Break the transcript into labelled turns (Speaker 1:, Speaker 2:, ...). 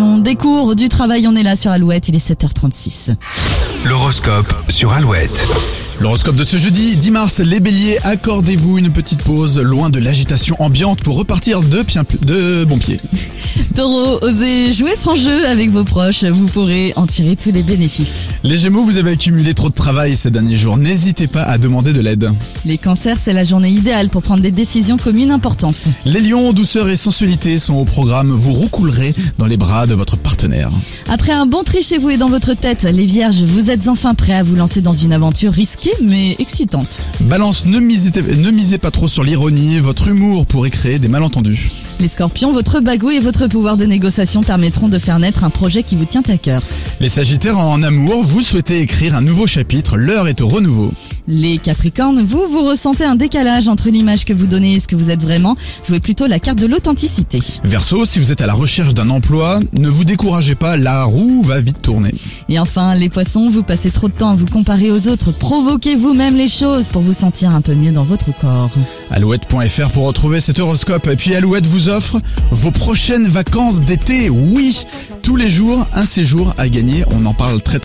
Speaker 1: On découvre du travail, on est là sur Alouette, il est 7h36.
Speaker 2: L'horoscope sur Alouette.
Speaker 3: L'horoscope de ce jeudi 10 mars, les béliers, accordez-vous une petite pause loin de l'agitation ambiante pour repartir de, pien- de bon pied.
Speaker 1: Taureau, osez jouer franc jeu avec vos proches, vous pourrez en tirer tous les bénéfices.
Speaker 3: Les gémeaux, vous avez accumulé trop de travail ces derniers jours, n'hésitez pas à demander de l'aide.
Speaker 1: Les cancers, c'est la journée idéale pour prendre des décisions communes importantes.
Speaker 3: Les lions, douceur et sensualité sont au programme, vous roucoulerez dans les bras de votre partenaire.
Speaker 1: Après un bon tri chez vous et dans votre tête, les vierges, vous êtes enfin prêts à vous lancer dans une aventure risquée mais excitante.
Speaker 3: Balance, ne misez, ne misez pas trop sur l'ironie, votre humour pourrait créer des malentendus.
Speaker 1: Les scorpions, votre bagou et votre pouvoir de négociation permettront de faire naître un projet qui vous tient à cœur.
Speaker 3: Les sagittaires en amour, vous souhaitez écrire un nouveau chapitre, l'heure est au renouveau.
Speaker 1: Les capricornes, vous, vous ressentez un décalage entre l'image que vous donnez et ce que vous êtes vraiment. Jouez plutôt la carte de l'authenticité.
Speaker 3: Verseau, si vous êtes à la recherche d'un emploi, ne vous découragez pas, la roue va vite tourner.
Speaker 1: Et enfin, les poissons, vous passez trop de temps à vous comparer aux autres. Provoquez vous-même les choses pour vous sentir un peu mieux dans votre corps.
Speaker 3: Alouette.fr pour retrouver cet horoscope. Et puis Alouette vous offre vos prochaines vacances d'été. Oui, tous les jours, un séjour à gagner. On en parle très